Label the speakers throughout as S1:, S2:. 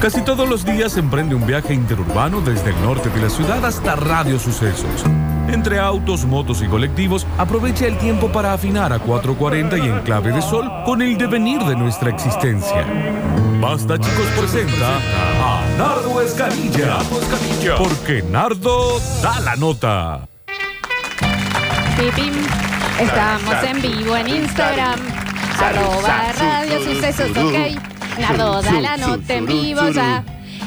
S1: Casi todos los días emprende un viaje interurbano desde el norte de la ciudad hasta Radio Sucesos. Entre autos, motos y colectivos, aprovecha el tiempo para afinar a 440 y en clave de sol con el devenir de nuestra existencia. Basta chicos presenta a Nardo Escanilla, porque Nardo da la nota.
S2: Pipim. Estamos en vivo en Instagram. Arroba Radio Sucesos, ok. Nardo, da la nota en vivo ya.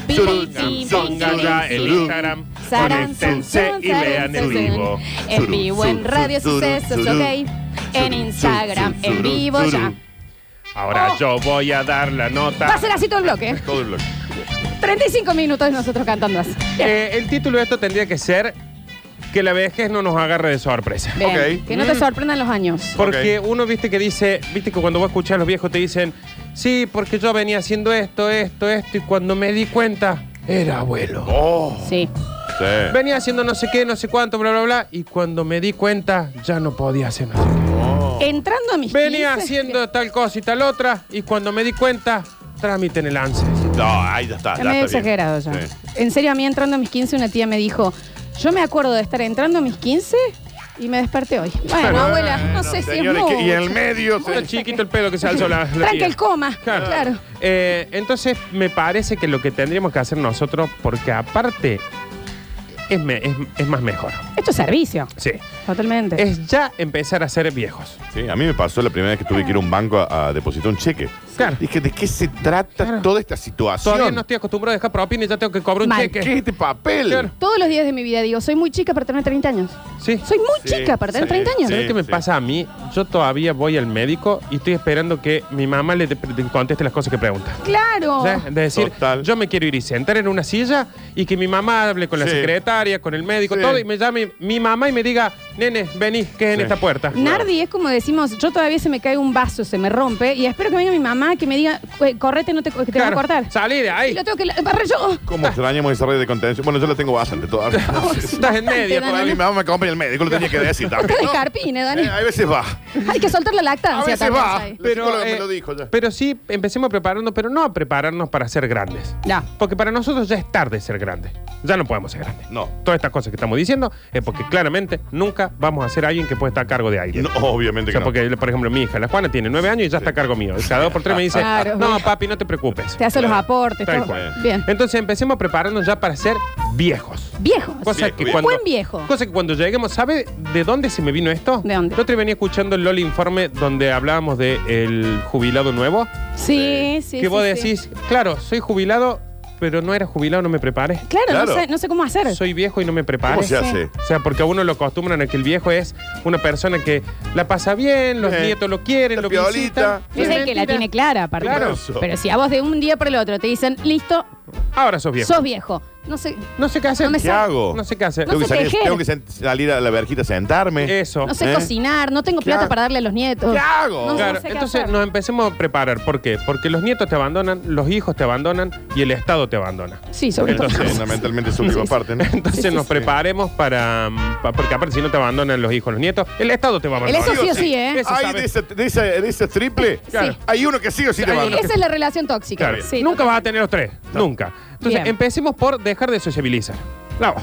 S2: Pipim, pim, pim,
S3: Pónganla en
S2: pim, pim.
S3: Instagram,
S2: Saran, sun,
S3: conéctense
S2: sun,
S3: y
S2: saran,
S3: vean en
S2: sun, sun.
S3: vivo.
S2: En vivo en Radio Sucesos, ok. En Instagram, en vivo ya.
S3: Ahora
S2: Oh.
S3: yo voy a dar la
S2: Va
S3: nota.
S2: a ser así todo el bloque.
S3: Todo el bloque.
S2: 35 minutos nosotros cantando así.
S3: Eh, el título de esto tendría que ser Que la vejez no nos agarre de sorpresa.
S2: Bien,
S4: Ok.
S2: Que no
S3: Mm.
S2: te sorprendan los años.
S3: Porque uno viste que dice, viste que cuando vos escuchás a los viejos te dicen, sí, porque yo venía haciendo esto, esto, esto, y cuando me di cuenta, era abuelo. Oh.
S2: Sí.
S4: Oh, Sí.
S3: Venía haciendo no sé qué, no sé cuánto, bla, bla, bla, y cuando me di cuenta, ya no podía hacer nada.
S2: Entrando a mis
S3: Venía
S2: 15,
S3: haciendo tal cosa y tal otra, y cuando me di cuenta, trámite en el ANSES.
S4: No, ahí ya está.
S2: Ya
S4: ya
S2: medio
S4: está bien.
S2: exagerado ya.
S4: Sí.
S2: En serio, a mí entrando a mis 15, una tía me dijo: Yo me acuerdo de estar entrando a mis 15 y me desperté hoy. Bueno,
S3: Bueno,
S2: abuela, no
S4: Bueno,
S2: sé si es
S4: señores, que-
S2: mucho.
S4: Y en el medio. se-
S3: Está chiquito el pelo que se alzó la. la
S2: Tranca
S3: tía.
S2: el coma. Claro.
S3: Claro. Eh, entonces, me parece que lo que tendríamos que hacer nosotros, porque aparte, es, me- es- es más mejor.
S2: Esto es servicio.
S3: Sí.
S2: Totalmente.
S3: Es ya empezar a ser viejos.
S4: Sí, a mí me pasó la primera vez que tuve que ir a un banco a, a depositar un cheque.
S3: Claro.
S4: Dije, ¿de qué se trata
S3: Claro.
S4: toda esta
S3: Todavía no
S4: situación?
S3: estoy acostumbrado a dejar propina y ya tengo que cobrar un
S2: Mal.
S3: cheque.
S4: ¿Qué es este papel?
S3: Claro.
S2: Todos los días de mi vida digo: Soy muy chica para tener 30 años.
S3: Sí.
S2: Soy muy
S4: Sí,
S2: chica para tener
S4: sí,
S2: 30 años.
S4: sí.
S3: ¿Sabes qué me pasa a mí? Yo todavía voy al médico y estoy esperando que mi mamá le, le conteste las cosas que pregunta.
S2: Claro.
S3: ¿Sí? Es decir,
S4: Total.
S3: yo me quiero ir y sentar en una silla y que mi mamá hable con la
S4: Sí.
S3: secretaria, con el médico,
S4: Sí.
S3: todo, y me llame mi mamá y me diga, nene, vení, que es en
S4: Sí.
S3: esta puerta?
S2: Nardi es como decimos, yo todavía se me cae un vaso, se me rompe, y espero que venga mi mamá que me diga, "Eh, correte, no te, que te
S3: Claro,
S2: van a cortar.
S3: Salí de
S2: Y
S3: ahí.
S2: lo tengo que barrer yo.
S4: ¿Cómo extrañamos esa red de contención? Bueno, yo la tengo bastante todavía.
S3: Estás en
S2: Bastante,
S3: medio.
S4: Por ahí mi mamá me acompaña al médico, lo tenía que decir también.
S2: Estás de
S4: ¿no?
S2: carpine, Dani.
S4: Eh, a veces va.
S2: Hay que soltar la lactancia.
S4: A veces
S2: también,
S4: va.
S2: Sai.
S4: La psicóloga me
S3: eh,
S4: lo dijo ya.
S3: pero sí, empecemos prepararnos, pero no a prepararnos para ser grandes.
S2: Ya.
S3: Porque para nosotros ya es tarde ser grandes. Ya no podemos ser grandes.
S4: No.
S3: Todas estas cosas que estamos diciendo es porque claramente nunca vamos a ser alguien que pueda estar a cargo de alguien.
S4: No, obviamente que
S3: O sea,
S4: no.
S3: porque, por ejemplo, mi hija, la Juana, tiene nueve años y ya está a cargo mío. O sea, dos por tres me dice,
S2: Claro.
S3: no, papi, no te preocupes.
S2: Te hace los aportes.
S3: Tal
S2: todo.
S3: cual. Eh,
S2: Bien.
S3: Entonces empecemos prepararnos ya para ser viejos.
S2: Viejos.
S3: Cosa
S4: Viejo,
S3: que
S4: viejo.
S3: cuando,
S2: Buen viejo.
S3: Cosa que cuando lleguemos, ¿sabe de dónde se me vino esto?
S2: ¿De dónde?
S3: Yo te venía escuchando el LOL informe donde hablábamos del jubilado nuevo.
S2: Sí, sí.
S3: eh, que
S2: sí,
S3: vos
S2: sí.
S3: decís, claro, soy jubilado, pero no era jubilado, no me preparé.
S2: Claro, No,
S4: Claro.
S2: sé, no sé cómo hacer.
S3: Soy viejo y no me preparé.
S4: ¿Cómo se
S2: parece.
S4: hace?
S3: O sea, porque a uno lo acostumbran a que el viejo es una persona que la pasa bien, los
S4: Eh,
S3: nietos lo quieren,
S4: la
S3: lo
S4: piolita.
S3: visitan.
S2: Yo sé que la
S3: Mentira.
S2: tiene clara, aparte.
S3: Claro.
S2: Pero si a vos de un día para el otro te dicen, listo,
S3: Ahora sos viejo.
S2: sos viejo. No sé,
S3: No sé qué hacer.
S2: No me
S4: ¿Qué hago?
S3: No sé qué hacer.
S2: No
S4: Tengo que
S2: sé
S4: salir-
S2: tejer.
S4: tengo que sen- salir a la verjita a sentarme.
S3: Eso.
S2: no sé
S4: ¿Eh?
S2: cocinar, no tengo plata
S4: hago?
S2: para darle a los nietos.
S4: ¿Qué hago?
S2: No sé.
S3: Claro,
S2: qué
S3: entonces
S2: hacer.
S3: nos empecemos a preparar. ¿Por qué? Porque los nietos te abandonan, los hijos te abandonan y el Estado te abandona.
S2: Sí, sobre todo.
S4: Entonces, fundamentalmente es su última parte, ¿no?
S3: Entonces nos preparemos para, mm, pa- Porque aparte, si no te abandonan los hijos, los nietos, el Estado te va a
S2: El
S3: abandonar.
S2: eso sí o sí, ¿eh?
S3: Eso
S4: Ay,
S3: sabe.
S4: de esa, de, esa, de esa triple,
S2: Claro.
S4: hay uno que sí o sí te
S3: Hay
S4: va a
S3: uno
S4: dar.
S2: Esa es la relación tóxica.
S3: Claro.
S2: Sí,
S3: Nunca vas a tener los tres. Nunca. Entonces,
S2: Bien.
S3: empecemos por dejar de sociabilizar. La voz.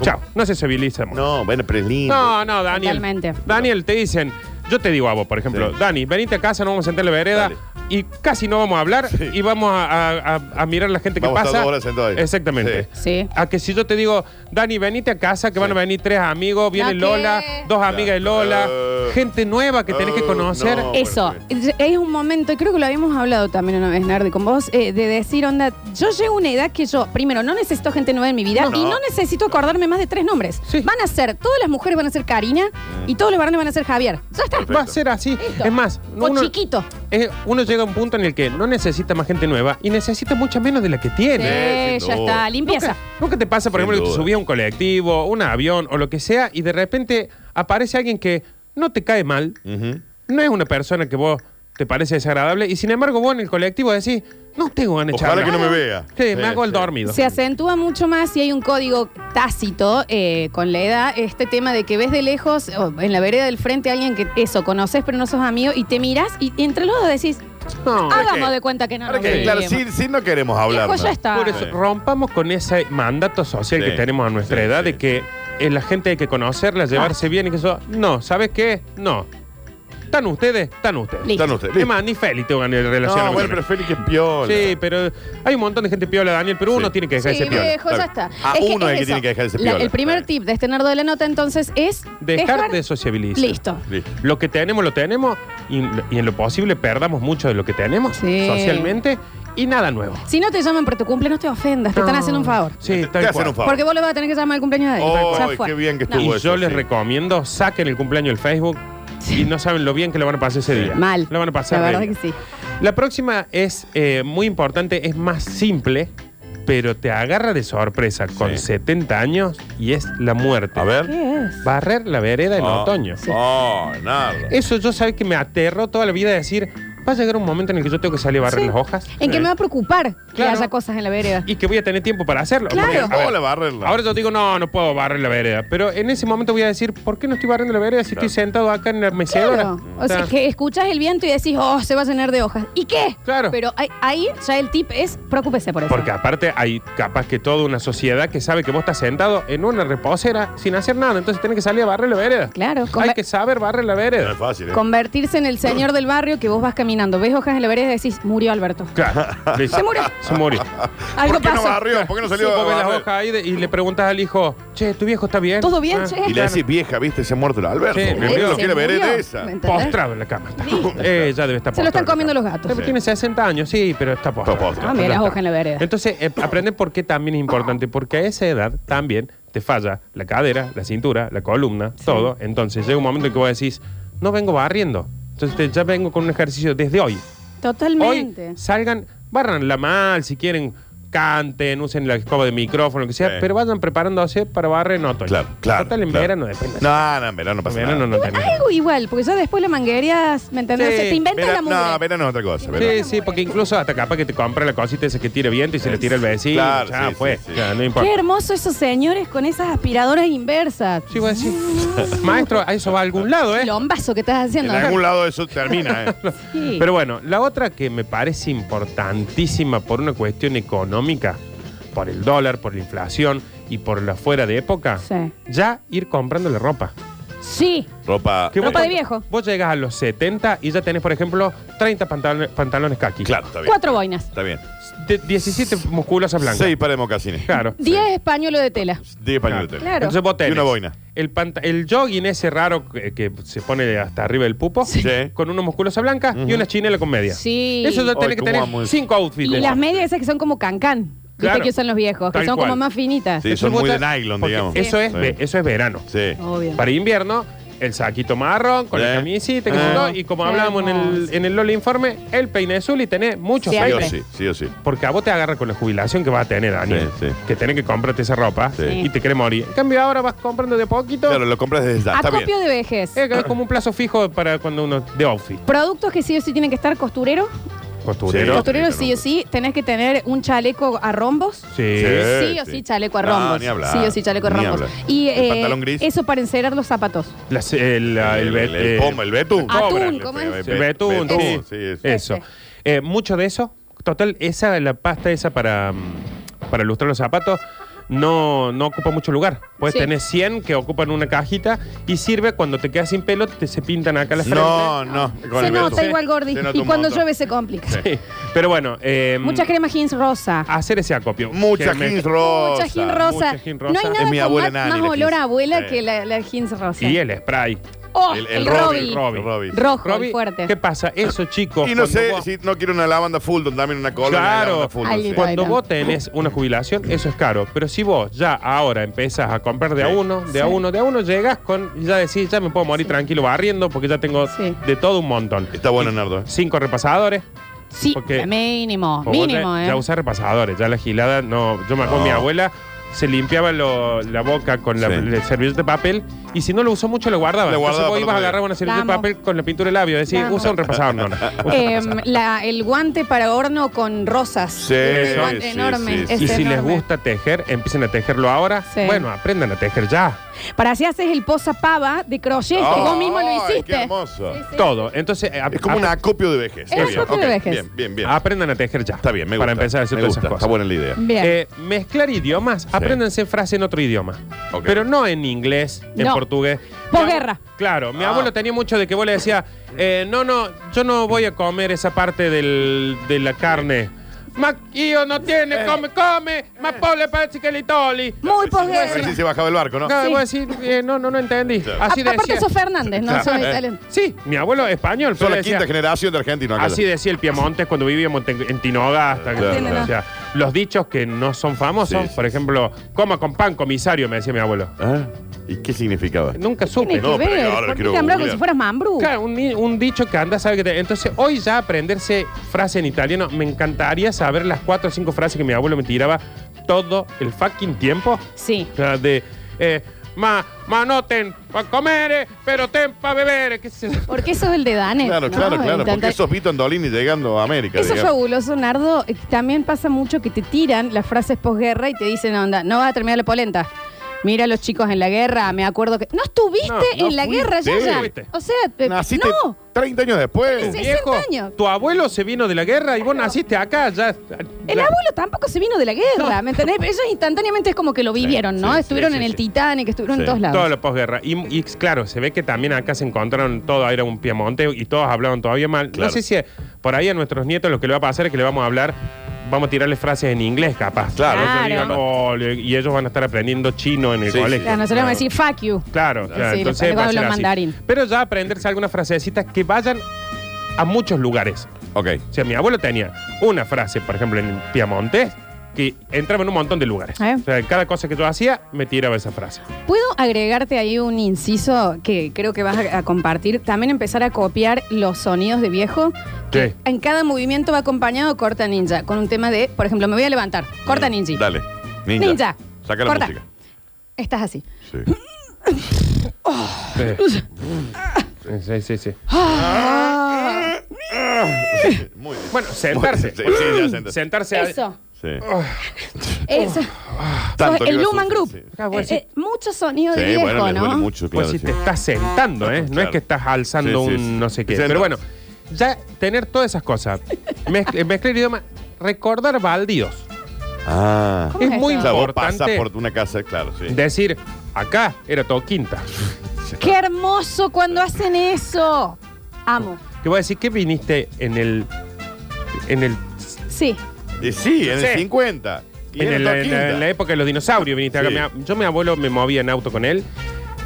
S3: Chao. No se sociabilizamos.
S4: No, bueno, pero es lindo.
S3: No, no, Daniel.
S2: Totalmente.
S3: Daniel, te dicen, yo te digo a vos, por ejemplo,
S4: Sí.
S3: Dani, venite a casa, nos vamos a sentar en la vereda
S4: Dale.
S3: y casi no vamos a hablar
S4: Sí.
S3: y vamos a, a- a- a mirar la gente
S4: Vamos a
S3: que
S4: estar
S3: pasa.
S4: dos horas sentados ahí.
S3: Exactamente.
S2: Sí.
S3: A que si yo te digo, Dani, venite a casa, que van a venir tres amigos, viene
S2: ¿qué?
S3: Lola, dos amigas de Lola,
S4: Eh,
S3: gente nueva que tenés que
S4: eh,
S3: conocer.
S4: no.
S2: Eso, es un momento, y creo que lo habíamos hablado también una vez, Nardi, con vos, eh, de decir, onda, yo llego a una edad que yo, primero, no necesito gente nueva en mi vida y no necesito acordarme más de tres nombres.
S3: Sí.
S2: Van a ser, todas las mujeres van a ser Karina y todos los varones van a ser Javier. Ya está.
S3: Va a ser así.
S2: Listo.
S3: Es más,
S2: O chiquito.
S3: eh, uno llega a un punto en el que no necesita más gente nueva y necesita mucha menos de la que tiene.
S2: Eh,
S4: sin
S2: ya
S4: duda.
S2: está, limpieza.
S3: ¿Nunca te pasa, por
S4: Sin
S3: ejemplo, que te
S4: duda.
S3: subís a un colectivo, un avión o lo que sea y de repente aparece alguien que no te cae mal,
S4: Ujú.
S3: no es una persona que vos te parece desagradable y sin embargo vos en el colectivo decís, no tengo ganas de
S4: Ojalá
S3: charlar.
S4: que no me vea.
S3: Sí, me hago el
S4: sí.
S3: dormido.
S2: Se acentúa mucho más y hay un código tácito eh, con la edad, este tema de que ves de lejos, o en la vereda del frente, a alguien que eso conoces, pero no sos amigo, y te miras y entre los dos decís,
S3: No.
S2: Hagamos
S4: qué?
S2: de cuenta que no
S4: Ahora
S2: nos
S4: que, claro,
S2: vivimos.
S4: sí, sí no queremos hablar.
S2: Viejo, ya está.
S3: Por eso,
S4: Sí.
S3: rompamos con ese mandato social
S4: Sí,
S3: que tenemos a nuestra
S4: sí,
S3: edad
S4: sí.
S3: de que eh, la gente hay que conocerla,
S2: Ah.
S3: llevarse bien y que eso. No, ¿sabes qué? No. Están ustedes, están ustedes.
S2: Listo.
S4: Están ustedes.
S3: Es más, ni Félix tengo ganas de relacionarme
S4: No,
S3: con
S4: bueno,
S3: él.
S4: pero Félix es piola.
S3: Sí, pero hay un montón de gente piola, Daniel, pero uno
S4: Sí.
S3: tiene que dejar
S2: Sí,
S3: ese piola.
S2: viejo, ya está.
S4: Claro. A uno es el que
S2: eso.
S4: tiene que dejar ese
S2: La-
S4: piola.
S2: El primer
S4: Está
S2: tip de este nardo de la nota entonces es
S3: Dejar, de sociabilizar.
S2: Listo.
S4: Listo.
S3: Lo que tenemos, lo tenemos, y, y en lo posible perdamos mucho de lo que tenemos
S2: Sí.
S3: socialmente y nada nuevo.
S2: Si no te llaman por tu cumple, no te ofendas, te están haciendo un favor.
S3: Sí,
S4: Te-
S3: tal
S4: te hacen
S3: cual.
S4: un favor.
S2: Porque vos le vas a tener que llamar al cumpleaños de él.
S4: Oh,
S2: Ya
S4: ay,
S2: fue.
S4: qué bien que
S2: No.
S4: estuvo.
S3: Y yo
S4: eso,
S3: les
S4: sí.
S3: recomiendo, saquen el cumpleaños del Facebook y no saben lo bien que lo van a pasar ese día.
S2: Mal.
S3: Lo van a pasar
S2: La
S3: re
S2: verdad
S3: bien.
S2: que sí.
S3: La próxima es eh, muy importante, es más simple, pero te agarra de sorpresa con
S4: Sí.
S3: 70 años y es la muerte.
S4: A ver.
S2: ¿Qué es?
S3: Barrer la vereda en
S4: Oh.
S3: otoño.
S4: Oh, nada.
S3: Eso yo sabes que me aterró toda la vida de decir, va a llegar un momento en el que yo tengo que salir a barrer
S2: Sí.
S3: las hojas
S2: En que me va a preocupar que
S3: Claro.
S2: haya cosas en la vereda.
S3: y que voy a tener tiempo para hacerlo.
S2: Claro.
S3: Porque, a ver,
S4: Hola, barrerla.
S3: Ahora yo digo, no, no puedo barrer la vereda. Pero en ese momento voy a decir, ¿por qué no estoy barriendo la vereda si
S4: Claro.
S3: estoy sentado acá en la mecedora?
S2: Claro. O sea,
S3: Está.
S2: que escuchas el viento y decís, oh, se va a llenar de hojas. ¿Y qué?
S3: Claro.
S2: Pero ahí- ahí ya el tip es, preocúpese por eso.
S3: Porque aparte hay capaz que toda una sociedad que sabe que vos estás sentado en una reposera sin hacer nada, entonces tenés que salir a barrer la vereda.
S2: Claro.
S3: Hay
S2: conver-
S3: que saber barrer la
S4: No es
S3: vereda.
S4: fácil, ¿eh?
S2: Convertirse en el señor del barrio que vos vas caminando. Ves hojas en la vereda y decís, murió Alberto.
S3: Claro. Listo.
S2: Se murió.
S3: Se murió.
S2: Algo
S4: ¿Por qué no
S2: pasó.
S4: barrió? ¿Por qué no
S3: Sí,
S4: salió
S3: vos
S4: a
S3: ves las
S4: barrer?
S3: hojas ahí de- y le preguntas al hijo, che, ¿tu viejo está bien? Ah,
S2: ¿Todo bien, che?
S4: Y le decís, vieja, viste, se ha muerto el Alberto.
S3: Sí,
S4: Que
S3: se
S4: no lo
S3: murió.
S4: quiere ver
S2: murió.
S4: de esa.
S2: ¿Me entendés?
S3: Postrado en la cama. está. Eh, ya debe estar
S2: Se lo están
S3: postrado en la
S2: comiendo
S3: cama.
S2: los gatos.
S3: Pero tiene 60 años, sí, pero está postrado.
S4: Está postrado.
S2: Ah, mira,
S3: Ya
S2: las
S3: está.
S2: hojas en la vereda.
S3: Entonces, eh, aprende por qué también es importante, porque a esa edad también te falla la cadera, la cintura, la columna, todo. Entonces, llega un momento en que vos decís, no vengo barriendo. Entonces, te- ya vengo con un ejercicio desde hoy.
S2: Totalmente.
S3: Hoy salgan, barran la mal si quieren, canten, usen la escoba de micrófono, lo que sea,
S4: Sí.
S3: pero vayan preparándose para barrer en otoño.
S4: Claro, claro.
S3: Total, en
S4: claro.
S3: verano depende.
S4: No, no, en verano no
S3: en
S4: pasa
S3: verano
S4: nada.
S3: no tenés.
S2: Algo igual, porque ya después la manguerías, ¿me entendés?
S3: Sí,
S2: O sea, te inventas
S4: Vera-
S2: la mugre.
S4: no, verano es otra cosa. verano.
S3: Sí, sí, porque incluso hasta capaz que te compra la cosita esa que tira viento y se le tira el vecino.
S4: Claro,
S3: ya
S4: sí,
S3: fue.
S4: sí, sí.
S3: Ya, no importa.
S2: Qué hermoso esos señores con esas aspiradoras inversas.
S3: Sí, voy a decir, maestro, a eso va a algún lado, ¿eh?
S2: Lombazo que estás
S4: En
S2: haciendo.
S4: algún lado eso termina, ¿eh?
S2: Sí.
S3: Pero bueno, la otra que me parece importantísima por una cuestión económica, por el dólar, por la inflación y por la fuera de época,
S2: Sí.
S3: ya ir comprando la ropa.
S2: Sí.
S4: Ropa.
S3: Que vos-
S2: Ropa de viejo.
S3: Vos llegas a los 70 y ya tenés, por ejemplo, 30 pantalones, pantalones kaki.
S4: Claro, está bien.
S2: Cuatro boinas.
S4: Está bien.
S3: De 17 musculosas blancas.
S4: Seis pares de mocasines.
S3: Claro.
S2: Diez españoles de tela.
S4: Diez pañuelos de tela.
S2: Claro.
S3: Entonces vos tenés
S4: Y una boina.
S3: El, pant- el jogging ese raro que, que se pone hasta arriba del pupo,
S4: Sí. Sí.
S3: con una musculosa blanca y una chinela con media.
S2: Sí.
S3: Eso ya
S4: Ay,
S3: tenés que
S4: cómo
S3: tener
S4: amo eso.
S3: cinco outfits.
S2: Y las medias esas que son como cancán. Viste
S3: Claro.
S2: que usan los viejos, que
S3: Tal
S2: son como
S3: cual.
S2: más finitas.
S4: Sí, son
S3: vos
S4: muy de
S3: te-
S4: nylon,
S3: porque
S4: digamos.
S3: Eso es,
S4: Sí.
S3: ve- eso es verano.
S4: Sí.
S2: Obvio.
S3: Para invierno, el saquito marrón con la
S4: Eh.
S3: camisita qué
S4: Eh.
S3: sé yo, y como hablábamos en el, en el Lola Informe, el peine azul y tenés muchos
S4: Sí o
S2: Siempre.
S3: peines.
S4: sí, sí o sí.
S3: Porque a vos te agarra con la jubilación que vas a tener, Daniel.
S4: Sí, sí.
S3: Que tenés que comprarte esa ropa
S4: Sí.
S3: y te querés morir. En cambio, ahora vas comprando de poquito. eh,
S4: Claro, lo compras desde ya. Está bien. Eh.
S2: Acopio de vejez.
S3: Es como un plazo fijo para cuando uno de outfit.
S2: Productos que sí o sí tienen que estar costurero.
S4: Sí.
S3: Costurero.
S2: Costurero
S4: sí,
S2: sí o sí. Tenés que tener un chaleco a rombos.
S3: Sí.
S2: Sí o sí, chaleco a
S4: No,
S2: rombos.
S4: Eh, Ah, ni hablar.
S2: sí o sí, chaleco a
S4: Ni
S2: rombos.
S4: hablar.
S2: Y
S4: El
S2: eh,
S4: pantalón gris.
S2: eso para encerar los zapatos.
S3: Las- el, la- el
S4: el,
S3: bet-
S4: el,
S3: eh,
S4: pomo, el betún.
S2: atún,
S4: Cobra.
S2: ¿cómo es?
S3: Sí, el betún, sí.
S4: sí, es-
S3: Eso.
S2: Ese.
S3: Eh, mucho de eso. Total, esa, la pasta esa para, mm, para lustrar los zapatos no, no ocupa mucho lugar. Puedes
S2: Sí.
S3: tener 100 que ocupan una cajita y sirve cuando te quedas sin pelo, te, se pintan acá las
S4: No, no. con
S2: se
S4: el
S2: nota
S4: betún.
S2: igual Gordi.
S4: Se nota
S2: Y
S4: un
S2: cuando
S4: montón.
S2: llueve se complica. Mm.
S3: frentes. Pero bueno, eh,
S2: Mucha crema jeans rosa.
S3: hacer ese acopio.
S4: Mucha
S3: Que me-
S4: jeans Ah, rosa.
S2: Mucha jeans rosa.
S3: Mucha jeans
S2: No
S3: rosa.
S2: hay
S4: Es
S2: nada
S4: mi
S2: con
S4: abuela
S2: más,
S4: Nani,
S2: más
S4: la
S2: olor
S4: jeans.
S2: a abuela
S4: Sí.
S2: que la, la jeans rosa.
S3: Y el spray.
S2: Oh, el,
S4: El, el
S2: Robbie.
S4: Robby.
S3: Robbie.
S4: Robby.
S2: Rojo
S3: Robbie,
S2: y fuerte.
S3: ¿Qué pasa? Eso, chicos.
S4: Y no
S3: cuando
S4: sé
S3: vos-
S4: si no quiero una lavanda Fulton, dame una cola.
S3: Claro.
S2: Alguien
S4: Fulton, sí.
S2: puede-
S3: Cuando
S2: Bueno.
S3: vos tenés una jubilación, eso es caro. Pero si vos ya ahora empezás a comprar de a
S4: Sí.
S3: uno, de a
S2: Sí.
S3: uno, de a uno, llegas con. y Ya decís, ya me puedo morir
S2: Sí.
S3: tranquilo barriendo porque ya tengo
S2: Sí.
S3: de todo un montón.
S4: Está bueno, Nardo. ¿eh?
S3: Cinco repasadores.
S2: sí,
S3: porque-
S2: mínimo.
S3: O vos
S2: Mínimo,
S3: ya,
S2: ¿eh?
S3: ya usás repasadores. Ya la gilada, no. Yo me acuerdo
S4: No.
S3: mi abuela se limpiaba lo- la boca con la,
S4: Sí.
S3: el servilleta de papel y si no lo usó mucho lo guardaba.
S4: La guardaba
S3: Entonces vos
S4: para
S3: ibas a
S4: otro día.
S3: agarrar una servilleta de
S2: Vamos.
S3: papel con la pintura de labio, decís,
S2: Vamos.
S3: usa un repasador, no, no. usa un
S2: Em,
S3: repasador.
S2: la- el guante para horno con rosas.
S4: Sí,
S2: Ese guante
S4: sí,
S2: enorme.
S4: sí, sí.
S2: es
S3: Y si les
S2: enorme.
S3: gusta tejer, empiecen a tejerlo ahora.
S2: Este Sí.
S3: Bueno, aprendan a tejer ya.
S2: Para si haces el posa pava de crochet, que
S4: Oh,
S2: vos mismo lo
S4: ay,
S2: hiciste.
S4: qué hermoso.
S2: Sí, sí.
S3: Todo. Entonces, eh, ap-
S4: Es como un
S3: ap-
S4: acopio de vejez.
S2: Es
S4: Está bien,
S2: acopio de
S4: ok,
S2: vejez.
S4: Bien, bien, bien.
S3: aprendan a tejer ya.
S4: Está bien, me gusta.
S3: Ah, Para empezar a hacer
S4: Me
S3: todas
S4: gusta,
S3: esas
S4: Está
S3: cosas.
S4: buena la idea.
S2: Bien.
S3: Eh, mezclar idiomas, apréndanse frase en otro idioma.
S4: Ok.
S3: Pero no en inglés, en
S2: No.
S3: portugués.
S2: Posguerra.
S3: Mi abu- Claro, mi
S4: Ah.
S3: abuelo tenía mucho de que vos le decías, eh, no, no, yo no voy a comer esa parte del- de la carne. Maquillo no
S4: Eh.
S3: tiene, come, come, más pobre para chiquelitoli.
S2: Muy
S4: Así
S2: posguerra.
S4: se bajaba el barco, ¿no?
S3: No, vos decís, eh, no, no, no entendí.
S4: Claro.
S3: Así
S2: A- Aparte
S3: decía.
S2: sos Fernández, no
S4: Claro,
S2: soy
S4: eh.
S2: italiano.
S3: Sí, mi abuelo es español.
S4: Son
S3: pero
S4: la
S3: decía-
S4: quinta generación de argentinos. acá.
S3: Así decía el Piemonte cuando vivíamos en, Ten- en Tinogasta.
S4: Claro,
S3: O
S2: claro.
S3: sea, los dichos que no son famosos,
S4: Sí, sí,
S3: por ejemplo, coma con pan, comisario, me decía mi abuelo.
S4: ¿Ah? ¿Y qué significaba?
S3: Nunca supe.
S2: Tiene que
S4: Eh, No, pero
S2: ver,
S4: ahora
S2: ¿por qué
S4: quiero
S2: te hablaba como
S4: googlear.
S2: si fueras mambrú?
S3: Claro, un, ni- un dicho que anda, sabe que te- Entonces, hoy ya aprenderse frase en italiano, me encantaría saber las cuatro o cinco frases que mi abuelo me tiraba todo el fucking tiempo.
S2: Sí.
S3: O sea, de. eh, ma, ma no ten pa comere, pero ten pa bebere. ¿Qué sé yo.
S2: Porque eso es el de Danes.
S4: Claro,
S2: Eh, ¿no?
S4: claro, claro. Porque
S2: Intenta-
S4: esos Vito Andolini llegando a América.
S2: Eso es
S4: digamos.
S2: fabuloso, Nardo. Eh, También pasa mucho que te tiran las frases posguerra y te dicen, onda, no vas a terminar la polenta. Mira a los chicos en la guerra, me acuerdo que... No estuviste
S3: No,
S2: en
S3: no
S2: la
S3: fuiste.
S2: guerra, ya, ya.
S3: Fuiste.
S2: O sea, te-
S4: Naciste
S2: eh, no.
S4: 30 años después.
S2: Sí, 60
S3: Viejo,
S2: años.
S3: tu abuelo se vino de la guerra y vos naciste acá. Ya,
S2: El
S3: ya-
S2: abuelo tampoco se vino de la guerra, ¿me entendés? Ellos instantáneamente es como que lo vivieron, ¿no?
S4: sí,
S2: estuvieron
S4: sí,
S2: en
S4: sí,
S2: el
S4: sí.
S2: Titanic, estuvieron en
S4: Sí.
S2: todos lados.
S3: Todo lo posguerra. Y, y, claro, se ve que también acá se encontraron todo, era un Piemonte y todos hablaban todavía mal.
S4: Claro.
S3: No sé si eh, por ahí a nuestros nietos lo que le va a pasar es que le vamos a hablar, vamos a tirarles frases en inglés capaz.
S4: Claro.
S3: Ellos
S2: Claro.
S3: digan, "Oh", le- y ellos van a estar aprendiendo chino en el
S4: Sí,
S3: colegio.
S2: Claro, nosotros vamos a decir, fuck you.
S3: Claro, claro.
S2: Sí,
S3: Entonces
S2: luego
S3: va a ser
S2: hablan
S3: así.
S2: mandarín.
S3: Pero ya aprenderse algunas frasecitas que vayan a muchos lugares.
S4: Ok.
S3: O sea, mi abuelo tenía una frase, por ejemplo, en Piamonte, que entraba en un montón de lugares.
S2: Ah, ¿eh?
S3: O sea, cada cosa que yo hacía, me tiraba esa frase.
S2: ¿Puedo agregarte ahí un inciso que creo que vas a, a compartir? También empezar a copiar los sonidos de viejo. que
S3: Sí.
S2: En cada movimiento va acompañado corta ninja, con un tema de, por ejemplo, me voy a levantar, corta ninja.
S4: Mm, Dale. Ninja.
S2: Ninja.
S4: Saca la
S2: Corta.
S4: música.
S2: Estás así.
S4: Sí.
S3: Sí. Sí, sí, sí.
S4: Ah, Muy bien.
S3: Bueno, sentarse.
S4: Sí, sí, ya sentarse.
S3: Sentarse. a-
S2: Eso.
S4: Sí.
S2: Eso.
S4: eh. Tanto
S2: Sos
S4: que
S2: el
S4: iba a
S2: Luman
S4: ser-
S2: Group.
S4: sí.
S3: Ah, bueno, sí.
S2: Eh, eh, mucho sonido de
S4: Sí,
S2: viejo,
S4: bueno, les
S2: ¿no?
S4: duele mucho,
S3: Pues
S4: claro.
S3: si
S4: sí.
S3: te estás sentando, ¿eh? No es
S4: Claro.
S3: que estás alzando
S4: Sí, sí,
S3: un
S4: sí.
S3: no sé qué.
S4: Sí,
S3: Pero
S4: no.
S3: bueno, ya tener todas esas cosas. Mezc- mezclar idioma. Recordar baldíos.
S4: Ah.
S2: ¿Cómo
S3: Es
S2: es
S3: muy
S2: eso?
S4: O sea, vos pasas
S3: importante
S4: por una casa, claro, sí.
S3: decir, acá era todo quinta.
S2: Qué hermoso cuando hacen eso. Amo.
S3: Que voy a decir que viniste en el. En el.
S2: Sí.
S4: Y sí, en el
S3: Sí.
S4: 50. Y
S3: En,
S4: era
S3: el- e-
S4: todo
S3: en
S4: quinta.
S3: la, en la época de los dinosaurios viniste acá.
S4: Sí.
S3: Mi ab- yo, mi abuelo, me movía en auto con él.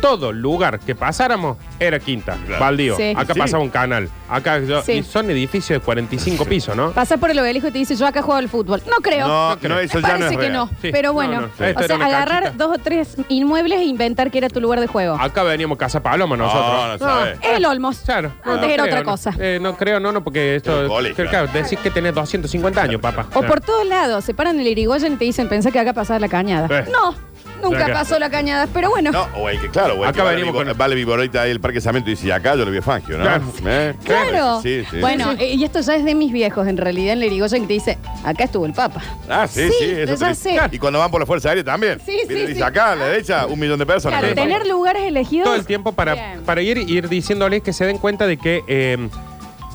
S3: Todo lugar que pasáramos era quinta,
S4: Claro.
S3: baldío.
S2: Sí.
S3: Acá
S4: Sí.
S3: pasaba un canal. Acá yo-
S2: Sí.
S3: y son edificios de 45 pisos, ¿no?
S2: Pasas por el obelisco y te dice, yo acá juego al fútbol. No creo.
S4: No,
S3: No creo.
S4: no,
S2: Me
S4: eso ya no
S2: parece
S4: es
S2: que
S4: real.
S2: no,
S3: Sí.
S2: pero
S3: No,
S2: bueno.
S3: no,
S2: O
S3: sí. Esto
S2: sea,
S3: era una
S2: agarrar
S3: canchita.
S2: dos o tres inmuebles e inventar que era tu lugar de juego.
S4: Ah,
S3: Acá veníamos Casa Paloma
S4: No,
S3: nosotros.
S4: Ah, no sabes.
S2: El Olmos.
S3: Claro. no,
S2: Antes
S3: no
S2: era
S3: creo,
S2: otra
S3: no.
S2: cosa.
S3: Eh, no creo, no, no, porque
S4: Era
S3: esto.
S4: un colegio.
S3: Claro, decís que tenés 250 años, papá.
S2: O
S3: Claro.
S2: por todos lados, se paran en el Irigoyen y te dicen, pensá que acá pasaba la cañada.
S3: Sí.
S2: No, nunca
S3: Acá.
S2: pasó la cañada, pero bueno.
S4: No, o el que, claro, o el
S3: Acá
S4: que vale,
S3: venimos
S4: Vibo-
S3: con-
S4: vale Viborita ahí el Parque Samento y dice, acá yo lo vi a Fangio, ¿no?
S3: Claro.
S4: ¿Eh?
S2: Claro.
S4: Sí, sí, sí.
S2: bueno, eh, y esto ya es de mis viejos, en realidad en el Irigoyen que te dice, acá estuvo el Papa.
S4: Ah, sí,
S2: Sí,
S4: sí. eso
S2: ya
S4: te-
S2: sé.
S4: Y cuando van por la Fuerza Aérea también.
S2: Sí,
S4: Viene
S2: sí,
S4: y dice,
S2: sí.
S4: acá a la derecha un millón de personas.
S2: Claro,
S4: Pero-
S2: tener lugares elegidos.
S3: todo el tiempo para,
S2: Bien.
S3: para ir, ir diciéndoles que se den cuenta de que eh,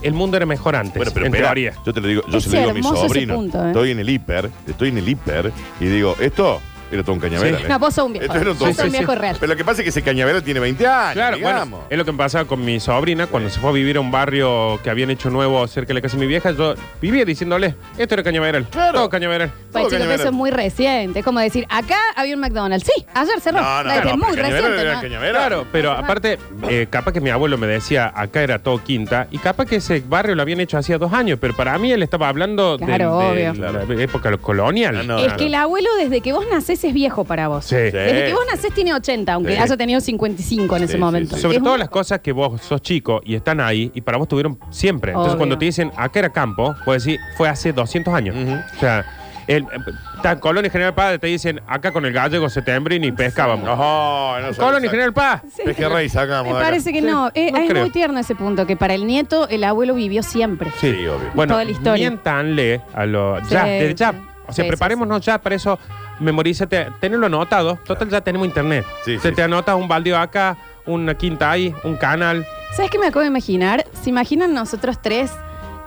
S3: el mundo era mejor antes,
S4: Bueno, pero
S3: en
S4: espera,
S3: teoría.
S4: yo te lo digo, yo
S2: Es
S4: se lo digo a mi
S2: hermoso ese
S4: sobrino.
S2: punto, ¿eh?
S4: Estoy en el hiper, estoy en el hiper y digo, esto era todo un cañaveral.
S3: Sí.
S4: ¿eh?
S2: No, vos sos un viejo.
S4: Esto era un
S2: Vos
S4: todo-
S2: sos un
S3: Sí, sí,
S2: viejo
S3: sí.
S2: real.
S4: Pero lo que pasa es que ese cañaveral tiene 20 años,
S3: Claro,
S4: digamos.
S3: bueno, es lo que me pasaba con mi sobrina cuando se fue a vivir a un barrio que habían hecho nuevo cerca de la casa de mi vieja. Yo vivía diciéndole, esto era cañaveral,
S4: Claro.
S3: todo cañaveral.
S2: Pues
S4: Todo
S2: chicos,
S4: Cañaveral.
S2: eso es muy reciente. Es como decir, acá había un McDonald's. Sí, ayer cerró.
S4: No, no,
S2: Es
S4: no,
S2: muy
S4: pero Cañaveral
S2: reciente.
S4: era
S2: ¿no?
S4: Cañaveral.
S3: Claro, pero aparte, eh, capaz que mi abuelo me decía, acá era todo quinta, y capaz que ese barrio lo habían hecho hacía dos años, pero para mí él estaba hablando de-
S2: Claro,
S3: de,
S2: obvio.
S3: la época colonial.
S4: Ah, no,
S2: es que el abuelo desde que vos nacés es viejo para vos.
S3: Sí.
S4: Sí.
S2: Desde que vos nacés tiene 80, aunque
S4: Sí.
S2: haya tenido 55 en ese
S4: sí,
S2: momento.
S4: sí.
S3: Sobre
S2: Es
S3: todo
S2: un-
S3: las cosas que vos sos chico y están ahí y para vos tuvieron siempre. Entonces
S2: Obvio.
S3: cuando te dicen acá era campo, puedes decir fue hace 200 años. O sea, El, eh, Colón y General Paz te dicen, acá con el gallego septembrín y pescábamos.
S4: Ojo, no
S3: Colón y General Paz.
S4: Pejerrey, sacamos.
S2: Me
S4: de acá.
S2: parece que no. Eh,
S3: No
S2: es
S3: creo.
S2: muy tierno ese punto, que para el nieto el abuelo vivió siempre.
S4: Sí, obvio.
S3: Bueno,
S2: Toda la historia.
S3: miéntanle a los
S2: Sí,
S3: ya, del ya.
S2: sí.
S3: O sea,
S2: Sí, sí,
S3: preparémonos ya, para eso memorízate, tenerlo anotado. Total, ya tenemos internet.
S4: Sí,
S3: Se
S4: sí,
S3: te
S4: sí.
S3: anotas un baldeo acá, una quinta ahí, un canal.
S2: ¿Sabes qué me acabo de imaginar? ¿Se imaginan nosotros tres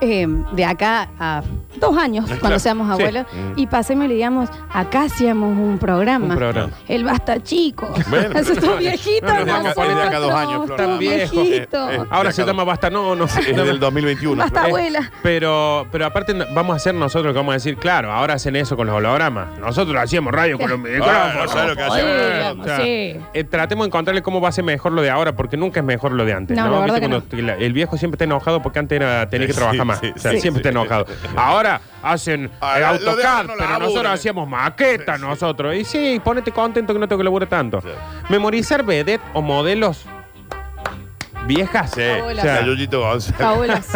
S2: eh, de acá a dos años, cuando seamos
S3: sí.
S2: abuelos?
S4: Mm.
S2: Y pasemos y le digamos, acá hacíamos un programa.
S3: Un programa.
S2: El basta chico.
S4: Bueno, pero-
S2: Nosotros viejitos.
S4: No, no, de acá-
S2: nosotros,
S4: de acá a dos años, Flor,
S2: todos
S3: nada más.
S2: viejitos.
S4: Eh, eh,
S3: Ahora se
S4: Acá.
S3: llama Basta No, no sé.
S4: Es del 2021.
S2: Basta,
S4: Flor.
S3: Eh,
S2: abuela.
S3: Pero, pero aparte no- vamos a hacer nosotros lo que vamos a decir, claro, ahora hacen eso con los hologramas. Nosotros hacíamos radio con los
S4: Ah, no
S3: micrófonos.
S4: sabes lo que
S2: Sí,
S4: hacemos.
S2: digamos,
S3: O sea,
S2: sí.
S3: eh, tratemos de encontrarle cómo va a ser mejor lo de ahora, porque nunca es mejor lo de antes.
S2: No,
S3: ¿no?
S2: la verdad
S3: ¿Viste
S2: que
S3: cuando te- la- El viejo siempre está enojado porque antes era, tenía que
S4: Sí,
S3: trabajar
S4: sí,
S3: más.
S4: sí,
S3: O sea,
S4: sí,
S3: siempre
S4: sí.
S3: está enojado. Ahora hacen
S4: Ah,
S3: el
S4: lo de ahora
S3: AutoCAD,
S4: no
S3: pero
S4: laburan.
S3: nosotros hacíamos maqueta nosotros. Y sí, ponete contento que no tengo que laburar tanto.
S4: Sí.
S3: Memorizar vedette o modelos viejas.
S4: Sí,
S2: Abuela.
S4: o sea, Yuyito González.
S2: Abuelas.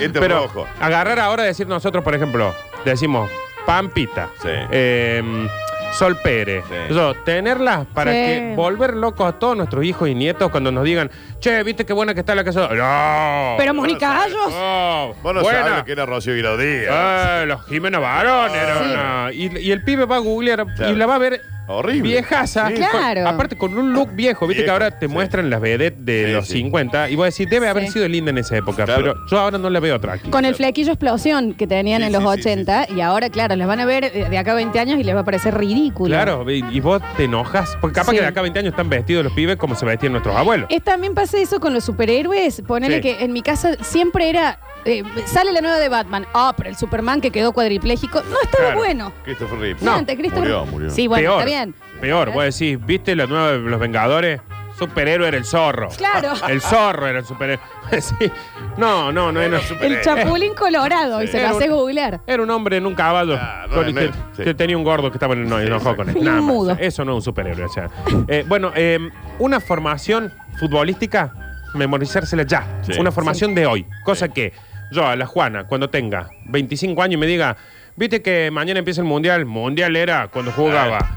S4: Este
S3: Pero
S4: rojo.
S3: agarrar ahora, decir nosotros, por ejemplo, decimos Pampita,
S4: Sí.
S3: em, Sol Pérez,
S4: Sí.
S3: yo, tenerlas para
S2: Sí.
S3: que volver locos a todos nuestros hijos y nietos cuando nos digan, che, viste qué buena que está la casa. ¡No!
S2: Pero Mónica
S4: sabes.
S2: Ayos.
S3: ¡No!
S4: Vos no
S3: buena.
S4: sabes que era Rocío Virodía.
S3: Eh, los Jimena Barón era
S2: Sí.
S3: una- y, y el pibe va a googlear
S4: Claro.
S3: y la va a ver
S4: Horrible.
S3: viejaza.
S4: Sí.
S3: con-
S2: Claro.
S3: aparte con un look viejo. Viste que
S4: Viejo,
S3: ahora te
S4: sí.
S3: muestran las vedettes de
S4: Sí,
S3: los
S4: sí.
S3: 50 y vos decís, debe haber
S2: Sí.
S3: sido linda en esa época,
S4: Claro.
S3: pero yo ahora no la veo atractiva.
S2: Con el flequillo explosión que tenían
S4: Sí,
S2: en los
S4: sí, sí,
S2: 80 y ahora, claro, las van a ver eh, de acá a 20 años y les va a parecer ridículo.
S3: Claro, y, y vos te enojas. Porque capaz
S2: Sí.
S3: que de acá a 20 años están vestidos los pibes como se vestían nuestros abuelos.
S2: Es, también pasa eso con los superhéroes. Ponele
S3: Sí.
S2: que en mi casa siempre era. eh, sale la nueva de Batman. Ah, pero el Superman que quedó cuadripléjico no estaba
S3: Claro.
S2: bueno.
S4: Christopher Reeve.
S2: No, ante Cristo-
S4: Murió, murió.
S2: Sí, bueno,
S3: peor.
S2: está bien.
S3: Peor. Vos decís, ¿viste la nueva de los Vengadores? Superhéroe era el zorro.
S2: Claro.
S3: El zorro era el superhéroe. sí. No, no, no era.
S4: Era super-
S2: El chapulín colorado, y se
S3: Era
S2: lo
S3: un-
S2: hace googlear.
S3: Era un hombre en un caballo.
S4: Ah, no,
S3: con-
S4: no,
S3: que,
S4: no, sí.
S3: que tenía un gordo que estaba en no,
S4: Sí,
S3: enojado
S4: exacto.
S3: con él.
S2: Y
S3: Nada
S2: un
S3: más.
S2: mudo.
S3: Eso no es un superhéroe. O sea. Eh, bueno, eh, una formación futbolística, memorizársela ya.
S4: Sí.
S3: Una formación de hoy. Cosa que yo a la Juana, cuando tenga 25 años y me diga, viste que mañana empieza el mundial. Mundial era cuando jugaba. Ah,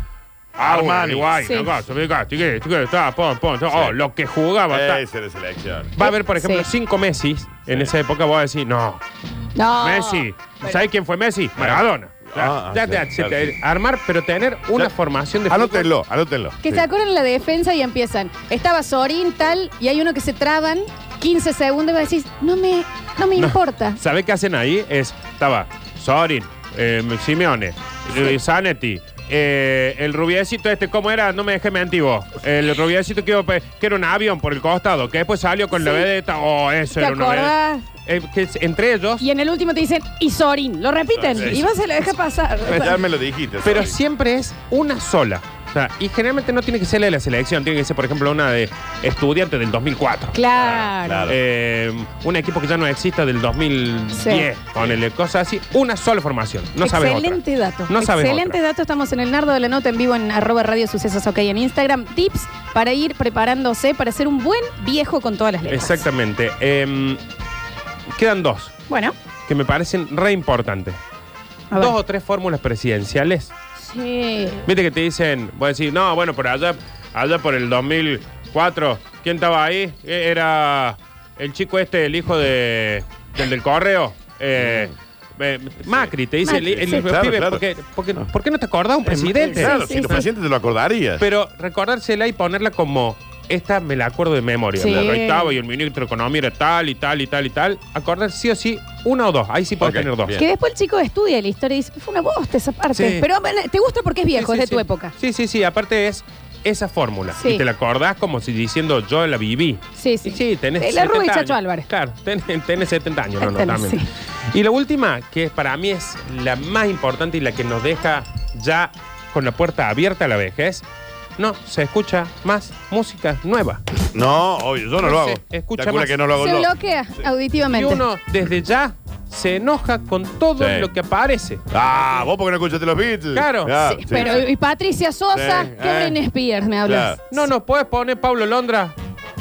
S4: Eh, Armani.
S3: Uruguay,
S2: Sí.
S3: no, cosa, venga, chiqui, chiqui, ta, pon, pon, ta. Oh,
S4: Sí.
S3: lo que jugaba. ta.
S4: Esa era selección.
S3: Va a haber, por ejemplo,
S2: Sí.
S3: cinco Messi en esa época. Vos vas a decir, no,
S2: No.
S3: Messi. ¿Sabes quién fue Messi? Maradona.
S4: Ah,
S3: Ya
S4: ah,
S3: te-
S4: claro,
S3: se te-
S4: claro.
S3: Armar, pero tener una
S4: Ya.
S3: formación de
S2: Ah,
S3: fútbol.
S4: Anótenlo, anótenlo.
S2: Que
S4: Sí.
S2: se acuerdan la defensa y empiezan. Estaba Sorin, tal, y hay uno que se traban 15 segundos y va a decir, no me, no me importa.
S3: ¿Sabes qué hacen ahí? Es, estaba Sorin, eh, Simeone, eh, Zanetti, eh, el rubiecito este, ¿cómo era? No me dejé mentir vos. El rubiecito que, iba pe- que era un avión por el costado, que después salió con la
S2: Sí.
S3: vedeta. Oh, eso
S2: ¿Te
S3: era una vedeta.
S2: acordás?
S3: Eh, que es- entre ellos,
S2: Y en el último te dicen, y Sorin. Lo repiten.
S4: Sí, sí.
S2: Y vos se lo deja pasar.
S4: Ya me lo dijiste.
S3: pero
S4: sorry.
S3: siempre es una sola. O sea, y generalmente no tiene que ser la de la selección, tiene que ser, por ejemplo, una de estudiantes del 2004.
S2: Claro.
S4: Claro.
S3: Eh, un equipo que ya no exista del 2010,
S2: Sí.
S3: ponele cosas así, una sola formación, no sabes otra.
S2: Excelente dato.
S3: No sabes
S2: Excelente
S3: otra.
S2: dato. Estamos en el Nardo de la Nota en vivo en arroba radio sucesos ok en Instagram. Tips para ir preparándose para ser un buen viejo con todas las letras.
S3: Exactamente. Eh, quedan dos
S2: Bueno,
S3: que me parecen re importantes.
S2: a ver.
S3: Dos o tres fórmulas presidenciales.
S2: Sí.
S3: Viste que te dicen, voy a decir, no, bueno, por allá, allá por el 2004, ¿quién estaba ahí? Eh, Era el chico este, el hijo de, del, del correo. Eh, eh, Macri, te dice
S2: Macri,
S3: el, el-
S2: sí.
S3: el
S4: Mm. Claro,
S3: pibe,
S4: claro. Ah.
S3: Porque, porque- ¿por qué no te acordás un presidente?
S4: Claro,
S2: Sí,
S4: si
S2: sí,
S4: los
S2: sí.
S4: pacientes te lo acordarías.
S3: Pero recordársela y ponerla como esta me la acuerdo de memoria.
S2: Sí.
S3: La rectaba y el ministro de Economía era tal y tal y tal y tal. Acordar sí o sí una o dos. Ahí sí podés
S4: Ok,
S3: tener dos.
S4: bien.
S2: Que después el chico estudia la historia y dice, fue una bosta esa parte.
S3: Sí.
S2: Pero bueno, te gusta porque es
S3: Sí,
S2: viejo,
S3: sí,
S2: es de
S3: sí.
S2: tu época.
S3: Sí, sí, sí. Aparte es esa fórmula.
S2: Sí.
S3: Y te la acordás como si diciendo yo la viví.
S2: Sí, sí.
S3: Y sí, tenés
S2: Eh, la Rubí
S3: 70
S2: Chacho
S3: años.
S2: Álvarez.
S3: Claro, ten- tenés, 70 años. No, no,
S2: Tenés,
S3: también.
S2: sí.
S3: Y la última, que para mí es la más importante y la que nos deja ya con la puerta abierta a la vejez, no se escucha más música nueva.
S4: No, obvio, yo no lo hago.
S3: Sí, escucha
S4: ¿Te acuerdas
S3: más.
S4: que no lo hago
S2: Se
S4: yo?
S2: bloquea
S3: Y
S2: auditivamente.
S3: uno desde ya se enoja con todo
S4: Sí.
S3: lo que aparece.
S4: Ah, vos porque no escuchaste los Beatles.
S3: Claro.
S4: Ah,
S2: Sí, Pero, y Patricia Sosa,
S4: Sí,
S2: que
S4: eh.
S2: Britney Spears me hablas.
S4: Claro.
S3: No nos puedes poner Pablo Londra.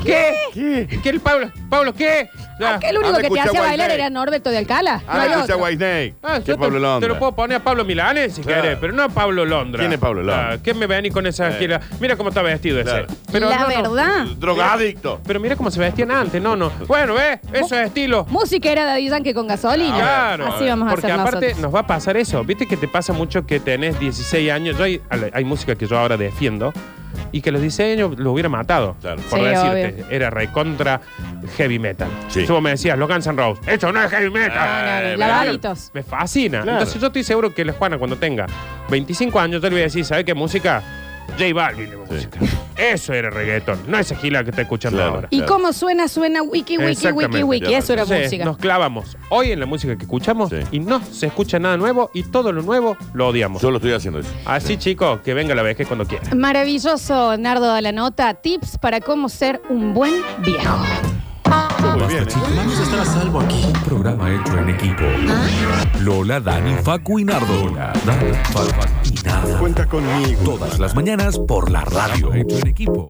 S3: ¿Qué? Ah,
S4: ¿Qué?
S3: ¿Qué el Pablo? ¿Pablo qué? Ya.
S2: Que el único
S4: Anda,
S2: que te
S4: escucha
S2: hacía
S4: White
S2: bailar
S4: Snake.
S2: era Norberto de Alcala. No
S4: Ahora
S2: hay
S4: escucha
S2: otro.
S4: White Snake.
S3: Ah,
S4: que
S3: yo
S4: es Pablo
S3: te, te
S4: Londra.
S3: lo puedo poner a Pablo Milanes si
S4: Claro.
S3: querés, pero no a Pablo Londra.
S4: ¿Quién es Pablo Londra?
S3: Ah, ¿Qué me ven y con esa
S4: Eh.
S3: gira? Mira cómo está vestido
S4: Claro.
S3: ese. Pero
S2: la
S3: no, no.
S2: verdad.
S4: Drogadicto.
S3: Pero mira cómo se vestían antes, no, no. Bueno, ¿ves? Eso es estilo.
S2: Música era de Yankee con gasolina.
S3: Ah, Claro.
S2: Así vamos a
S3: Porque
S2: hacer
S3: aparte
S2: nosotros.
S3: nos va a pasar eso. Viste que te pasa mucho que tenés 16 años. Yo hay, al- hay música que yo ahora defiendo y que a los 16 años lo hubiera matado.
S4: Claro.
S3: Por
S2: Sí,
S3: decirte, era recontra heavy metal.
S4: Sí.
S3: Tú me decías, los Guns N' Roses. Eso no es heavy metal.
S2: No, no,
S3: Ah,
S2: no,
S4: Eh,
S2: lavaditos.
S3: Me fascina.
S4: Claro.
S3: Entonces yo estoy seguro que la Juana cuando tenga 25 años yo le voy a decir, ¿sabes qué música? J Balvin. le voy a
S4: Sí.
S3: decir. Eso era reggaetón, no esa gila que está escuchando
S4: Claro.
S3: ahora.
S2: Y
S4: Claro.
S2: cómo suena, suena wiki, wiki, wiki,
S3: Exactamente.
S2: wiki. Eso era
S3: Entonces,
S2: música.
S3: Nos clavamos hoy en la música que escuchamos
S4: Sí.
S3: y no se escucha nada nuevo y todo lo nuevo lo odiamos.
S4: Yo lo estoy haciendo eso.
S3: Así chicos, que venga la vez que cuando quiera.
S2: Maravilloso, Nardo de la Nota. Tips para cómo ser un buen viejo.
S4: Muy bien.
S1: Basta,
S4: ¿eh?
S1: chicos.
S5: Vamos a estar a salvo aquí.
S1: Un programa hecho en equipo. Lola, Dani, Facu y Nardo. Lola, Dani, Facu y Nardo.
S6: Cuenta conmigo.
S1: Todas las mañanas por la radio. Hecho en equipo.